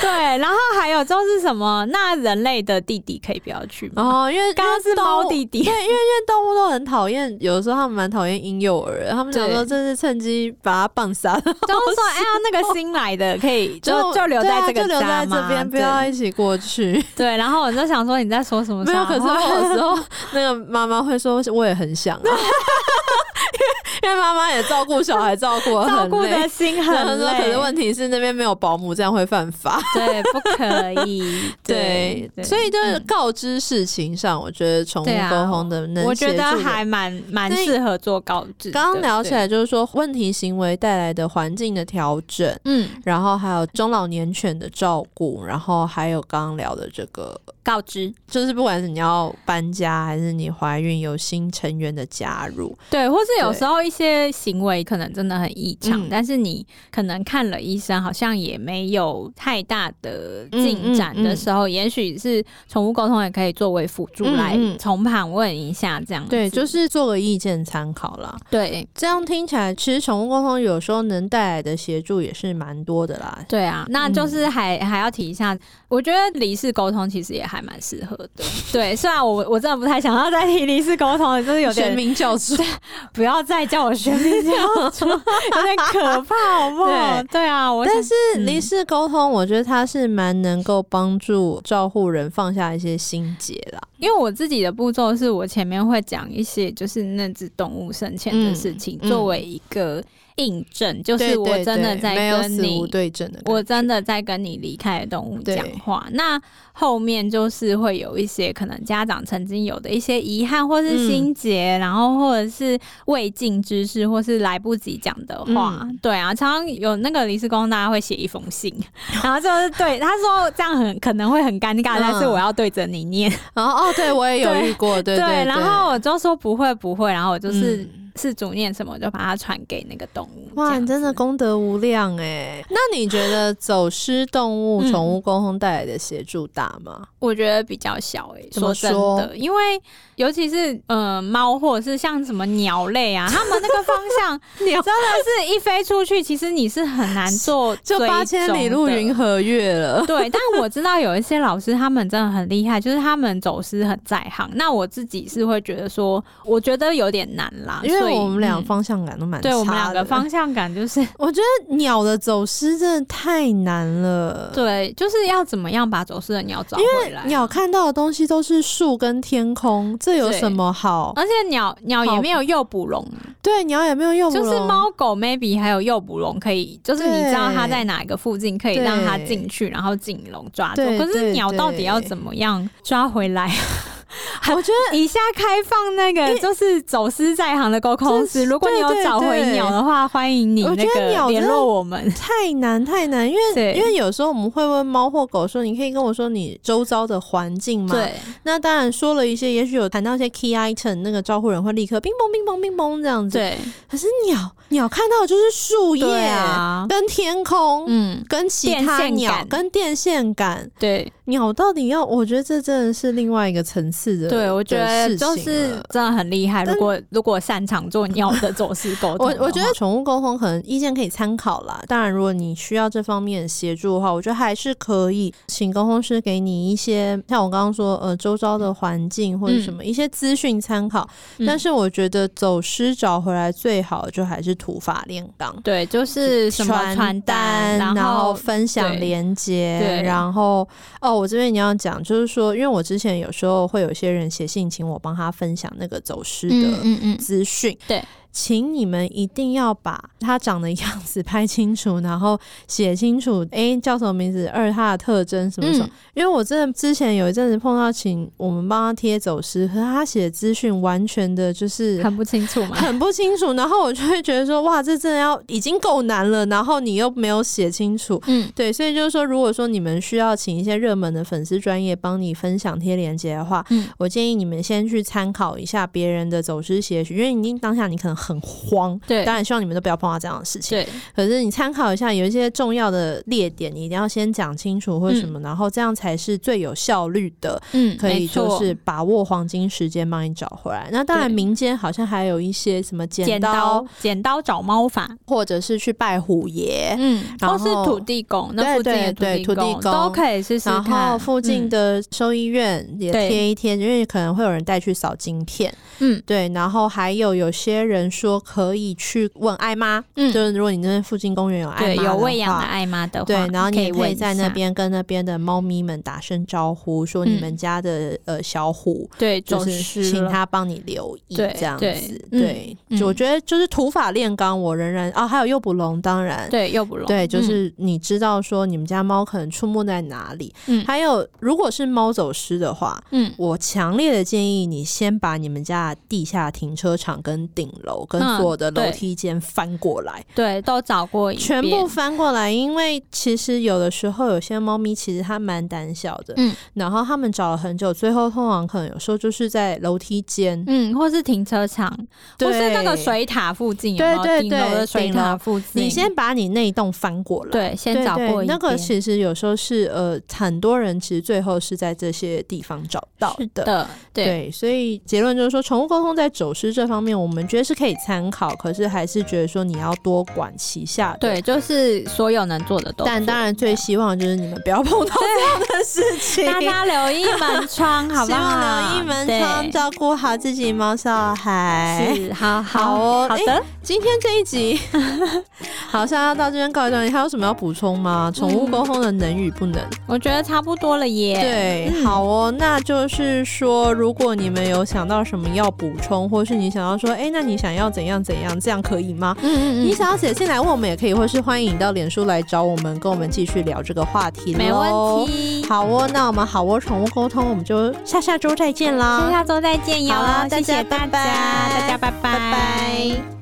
Speaker 2: 对，然后还有就是什么？那人类的弟弟可以不要去吗？
Speaker 1: 哦，因为
Speaker 2: 刚刚是猫弟弟
Speaker 1: 因为因为因为动物都很讨厌，有的时候他们蛮讨厌婴幼儿的，他们想
Speaker 2: 对
Speaker 1: 说这是趁机把它棒杀了，
Speaker 2: 就是说，哎呀，那个新来的可以就就留
Speaker 1: 对
Speaker 2: 在
Speaker 1: 啊
Speaker 2: 这个
Speaker 1: 就留
Speaker 2: 家
Speaker 1: 在
Speaker 2: 嘛
Speaker 1: 这边，不
Speaker 2: 对
Speaker 1: 要一起过去。
Speaker 2: 对。然后我就想哦说，你在说什么？
Speaker 1: 没有，可是我有时候那个妈妈会说，我也很想啊，因为因为妈妈也照顾小孩，照顾得
Speaker 2: 照
Speaker 1: 很
Speaker 2: 顾
Speaker 1: 累
Speaker 2: 的。心
Speaker 1: 然后
Speaker 2: 很
Speaker 1: 说，
Speaker 2: 累，
Speaker 1: 可是问题是那边没有保姆，这样会犯法。
Speaker 2: 对，不可以。
Speaker 1: 对，所以就是告知事情上，我觉得宠物
Speaker 2: 嗯对啊
Speaker 1: 沟通的能
Speaker 2: 我
Speaker 1: 协
Speaker 2: 觉
Speaker 1: 助
Speaker 2: 得
Speaker 1: 的
Speaker 2: 还蛮蛮适合做告知的。
Speaker 1: 刚刚聊起
Speaker 2: 对，
Speaker 1: 来，就是说问题行为带来的环境的调整，
Speaker 2: 嗯，
Speaker 1: 然后还有中老年犬的照顾，然后还有刚刚聊的这个，
Speaker 2: 告知
Speaker 1: 就是不管是你要搬家还是你怀孕有新成员的加入，
Speaker 2: 对，或是有
Speaker 1: 对
Speaker 2: 时候一些行为可能真的很异常，
Speaker 1: 嗯
Speaker 2: 但是你可能看了医生，好像也没有太大的
Speaker 1: 嗯
Speaker 2: 进
Speaker 1: 嗯
Speaker 2: 展的
Speaker 1: 嗯
Speaker 2: 时候，也许是宠物沟通也可以作为辅助
Speaker 1: 嗯
Speaker 2: 来
Speaker 1: 嗯
Speaker 2: 从旁问一下这样子。
Speaker 1: 对，嗯就是做个意见参考啦。
Speaker 2: 对
Speaker 1: 这样听起来，其实宠物沟通有时候能带来的协助也是蛮多的啦。
Speaker 2: 对啊，那就是
Speaker 1: 嗯
Speaker 2: 还、还要提一下，我觉得离世沟通其实也还蛮适合 的。对，虽然我我真的不太想要再提离世沟通了，就是有
Speaker 1: 全
Speaker 2: 点
Speaker 1: 民教师，
Speaker 2: 不要再叫我学名 教主，有点可怕，好不
Speaker 1: 对
Speaker 2: 好？对啊，我
Speaker 1: 但
Speaker 2: 想
Speaker 1: 是离世沟通，我觉得它是蛮能够帮助照护人放下一些心结啦。
Speaker 2: 因为我自己的步骤是我前面会讲一些就是那只动物生前的事情，
Speaker 1: 嗯嗯
Speaker 2: 作为一个印证，就
Speaker 1: 对
Speaker 2: 是我
Speaker 1: 对
Speaker 2: 真的
Speaker 1: 对
Speaker 2: 在
Speaker 1: 没有
Speaker 2: 跟
Speaker 1: 死无
Speaker 2: 你
Speaker 1: 对证的感觉，
Speaker 2: 我真的在跟你离开的动物讲话。那后面就是会有一些可能家长曾经有的一些遗憾，或是心结，然后或者是未尽之事，或是来不及讲的话。
Speaker 1: 嗯
Speaker 2: 对啊，常常有那个离世工，大家会写一封信，然后就是对他说这样很可能会很尴尬，
Speaker 1: 嗯
Speaker 2: 但是我要对着你念。
Speaker 1: 然后哦，对我也有遇过，对对，
Speaker 2: 然后我就说不会不会，然后我就
Speaker 1: 对
Speaker 2: 是。
Speaker 1: 嗯
Speaker 2: 是主念什么，我就把它传给那个动物。这
Speaker 1: 哇，
Speaker 2: 样
Speaker 1: 你真的功德无量哎！ 那你觉得走失动物、
Speaker 2: 嗯
Speaker 1: 宠物沟通带来的协助大吗？
Speaker 2: 我觉得比较小诶、
Speaker 1: 怎么
Speaker 2: 说真
Speaker 1: 说
Speaker 2: 的，因为尤其是呃猫或者是像什么鸟类啊，它们那个方向
Speaker 1: 鸟
Speaker 2: 真的是一飞出去，其实你是很难做
Speaker 1: 就
Speaker 2: 追
Speaker 1: 八千里
Speaker 2: 踪
Speaker 1: 路
Speaker 2: 的
Speaker 1: 云。和月了，
Speaker 2: 对，但我知道有一些老师他们真的很厉害，就是他们走失很在行。那我自己是会觉得说，我觉得有点难啦，
Speaker 1: 因为
Speaker 2: 所以
Speaker 1: 我们俩
Speaker 2: 嗯
Speaker 1: 方向感都蛮差的。
Speaker 2: 对我们两个方，向感就是
Speaker 1: 我觉得鸟的走失真的太难了。
Speaker 2: 对，就是要怎么样把走失的鸟找回来。
Speaker 1: 鸟看到的东西都是树跟天空，这有
Speaker 2: 对
Speaker 1: 什么好？
Speaker 2: 而且鸟鸟也
Speaker 1: 好
Speaker 2: 没有诱捕笼
Speaker 1: 对，鸟也没有用，
Speaker 2: 就是猫狗 maybe 还有诱捕笼可以，就是你知道它在哪一个附近可以让它进去，然后进笼抓住。
Speaker 1: 对
Speaker 2: 可是
Speaker 1: 对
Speaker 2: 鸟到底要
Speaker 1: 对
Speaker 2: 怎么样抓回来？
Speaker 1: 我觉得
Speaker 2: 以下开放那个就是走私在行的沟通
Speaker 1: 真
Speaker 2: 师，
Speaker 1: 是
Speaker 2: 如果你有
Speaker 1: 对对
Speaker 2: 找回
Speaker 1: 对
Speaker 2: 鸟的话，欢迎你
Speaker 1: 我
Speaker 2: 那
Speaker 1: 觉得
Speaker 2: 个
Speaker 1: 鸟
Speaker 2: 联
Speaker 1: 真的
Speaker 2: 络 我们。
Speaker 1: 太难太难， 因
Speaker 2: 对
Speaker 1: 为因为有时候我们会问猫或狗说：“你可以跟我说你周遭的环境吗？”，
Speaker 2: 对，
Speaker 1: 那当然说了一些，也许有谈到一些 key item，那个照顾人会立刻冰崩冰崩冰崩这样子。
Speaker 2: 对，
Speaker 1: 可是鸟鸟看到的就是树叶、
Speaker 2: 对啊，
Speaker 1: 跟天空。
Speaker 2: 嗯，
Speaker 1: 跟其
Speaker 2: 电
Speaker 1: 他
Speaker 2: 线
Speaker 1: 鸟
Speaker 2: 杆
Speaker 1: 跟电线杆，
Speaker 2: 对，
Speaker 1: 鸟到底要？我觉得这真的是另外一个层次的。
Speaker 2: 对，我觉
Speaker 1: 的
Speaker 2: 得
Speaker 1: 事情
Speaker 2: 就是
Speaker 1: 了
Speaker 2: 真的很厉害。
Speaker 1: 但
Speaker 2: 如果如果擅长做鸟的走私沟
Speaker 1: 我
Speaker 2: 通的话，
Speaker 1: 我觉得宠物沟通可能意见可以参考啦。当然，如果你需要这方面的协助的话，我觉得还是可以请沟通师给你一些，像我刚刚说，呃，周遭的环境或者什么、一些资讯参考。
Speaker 2: 嗯
Speaker 1: 但是我觉得走失找回来最好就还是土法炼钢。
Speaker 2: 对，就是什么传单，
Speaker 1: 单，
Speaker 2: 然后
Speaker 1: 分享
Speaker 2: 对
Speaker 1: 连接
Speaker 2: 对，
Speaker 1: 然后哦，我这边也要讲，就是说，因为我之前有时候会有些人写信请我帮他分享那个走失的
Speaker 2: 嗯嗯嗯，
Speaker 1: 资讯。
Speaker 2: 对。
Speaker 1: 请你们一定要把它长的样子拍清楚，然后写清楚，诶，叫什么名字，二它的特征什么什么。因为我真的之前有一阵子碰到请我们帮他贴走失，可是他写的资讯完全的就是
Speaker 2: 很不清楚嘛。
Speaker 1: 很不清楚，然后我就会觉得说，哇，这真的要已经够难了，然后你又没有写清楚，
Speaker 2: 嗯，
Speaker 1: 对，所以就是说，如果说你们需要请一些热门的粉丝专业帮你分享贴链接的话，
Speaker 2: 嗯
Speaker 1: 我建议你们先去参考一下别人的走失协许，因为你当下你可能很慌，
Speaker 2: 对
Speaker 1: 当然希望你们都不要碰到这样的事情，
Speaker 2: 对，
Speaker 1: 可是你参考一下，有一些重要的列点，你一定要先讲清楚或者什么，然后这样才是最有效率的，
Speaker 2: 嗯，
Speaker 1: 可以
Speaker 2: 没错
Speaker 1: 就是把握黄金时间帮你找回来。那当然，
Speaker 2: 对
Speaker 1: 民间好像还有一些什么
Speaker 2: 剪
Speaker 1: 剪
Speaker 2: 刀剪刀找猫法，
Speaker 1: 或者是去拜虎爷。
Speaker 2: 嗯，
Speaker 1: 哎然
Speaker 2: 或
Speaker 1: 后
Speaker 2: 是土地公，那
Speaker 1: 对
Speaker 2: 附近的
Speaker 1: 对对
Speaker 2: 土
Speaker 1: 土地公
Speaker 2: 都可以试试
Speaker 1: 然
Speaker 2: 看。嗯
Speaker 1: 后附近的兽医院也
Speaker 2: 对
Speaker 1: 贴一贴，因为可能会有人带去扫金片，
Speaker 2: 嗯，嗯
Speaker 1: 对。然后还有有些人说可以去问爱妈，
Speaker 2: 嗯
Speaker 1: 就是如果你那边附近公园有爱
Speaker 2: 对，
Speaker 1: 妈
Speaker 2: 有喂
Speaker 1: 的
Speaker 2: 养的
Speaker 1: 话，
Speaker 2: 爱妈的话，
Speaker 1: 对，然后你
Speaker 2: 可
Speaker 1: 也
Speaker 2: 以
Speaker 1: 可
Speaker 2: 问
Speaker 1: 以
Speaker 2: 一
Speaker 1: 在那
Speaker 2: 下，
Speaker 1: 边跟那边的猫咪们打声招呼，说你
Speaker 2: 嗯
Speaker 1: 们家的、呃小虎
Speaker 2: 对，
Speaker 1: 就
Speaker 2: 走
Speaker 1: 是
Speaker 2: 失
Speaker 1: 请
Speaker 2: 了
Speaker 1: 他帮你留意
Speaker 2: 对
Speaker 1: 这样子
Speaker 2: 对。嗯
Speaker 1: 对，
Speaker 2: 嗯
Speaker 1: 就我觉得就是土法炼钢，我仍然啊，还有诱捕笼，当然。
Speaker 2: 对诱捕笼，
Speaker 1: 对，就
Speaker 2: 嗯
Speaker 1: 是你知道说你们家猫可能出没在哪里，
Speaker 2: 嗯
Speaker 1: 还有如果是猫走失的话，
Speaker 2: 嗯
Speaker 1: 我强烈的建议你先把你们家的地下停车场跟顶楼跟
Speaker 2: 嗯
Speaker 1: 所有的楼
Speaker 2: 对
Speaker 1: 梯间翻过来，
Speaker 2: 对，都找过一遍，
Speaker 1: 全部翻过来，因为其实有的时候有些猫咪其实它蛮胆小的，
Speaker 2: 嗯
Speaker 1: 然后它们找了很久，最后通常可能有时候就是在楼梯间，
Speaker 2: 嗯，或是停车场，或是那个
Speaker 1: 对。
Speaker 2: 水塔附近有没有
Speaker 1: 对对
Speaker 2: 顶楼的
Speaker 1: 对
Speaker 2: 水
Speaker 1: 顶
Speaker 2: 塔
Speaker 1: 楼
Speaker 2: 附近？
Speaker 1: 你先把你那一栋翻过来，
Speaker 2: 对，先
Speaker 1: 对
Speaker 2: 找
Speaker 1: 对
Speaker 2: 过一遍，
Speaker 1: 那个其实有时候是呃，很多人其实最后是在这些地方找到
Speaker 2: 是的，对
Speaker 1: 对，所以结论就是说，宠物沟通在走失这方面，我们觉得是可以参考，可是还是觉得说你要多管齐下的。
Speaker 2: 对，就是所有能做的都做。
Speaker 1: 但当然最希望就是你们不要碰到这样的事情。
Speaker 2: 大家留一门窗，好不
Speaker 1: 希
Speaker 2: 好？
Speaker 1: 望留一门
Speaker 2: 对
Speaker 1: 窗，照顾好自己猫小孩。
Speaker 2: 是，好
Speaker 1: 好哦
Speaker 2: 好的，
Speaker 1: 今天这一 集好像要到这边告一段落，还有什么要补充吗？宠物沟通的能与不能？
Speaker 2: 我觉得差不多了耶。
Speaker 1: 对，好哦，那就是说，如果你们有想到什么要补充，或是你想要说，哎、那你想要怎样怎样，这样可以吗？
Speaker 2: 嗯，嗯嗯
Speaker 1: 你
Speaker 2: 嗯，
Speaker 1: 想要写信来问我们也可以，或是欢迎你到脸书来找我们，跟我们继续聊这个话题。
Speaker 2: 没问。题。
Speaker 1: 好哦，那我们好哦，宠物沟通，我们就下下周再见啦，
Speaker 2: 下周再见哟
Speaker 1: 好啦，啊
Speaker 2: 谢谢
Speaker 1: 大家拜
Speaker 2: 大家，
Speaker 1: 拜
Speaker 2: 大家拜拜，
Speaker 1: 拜拜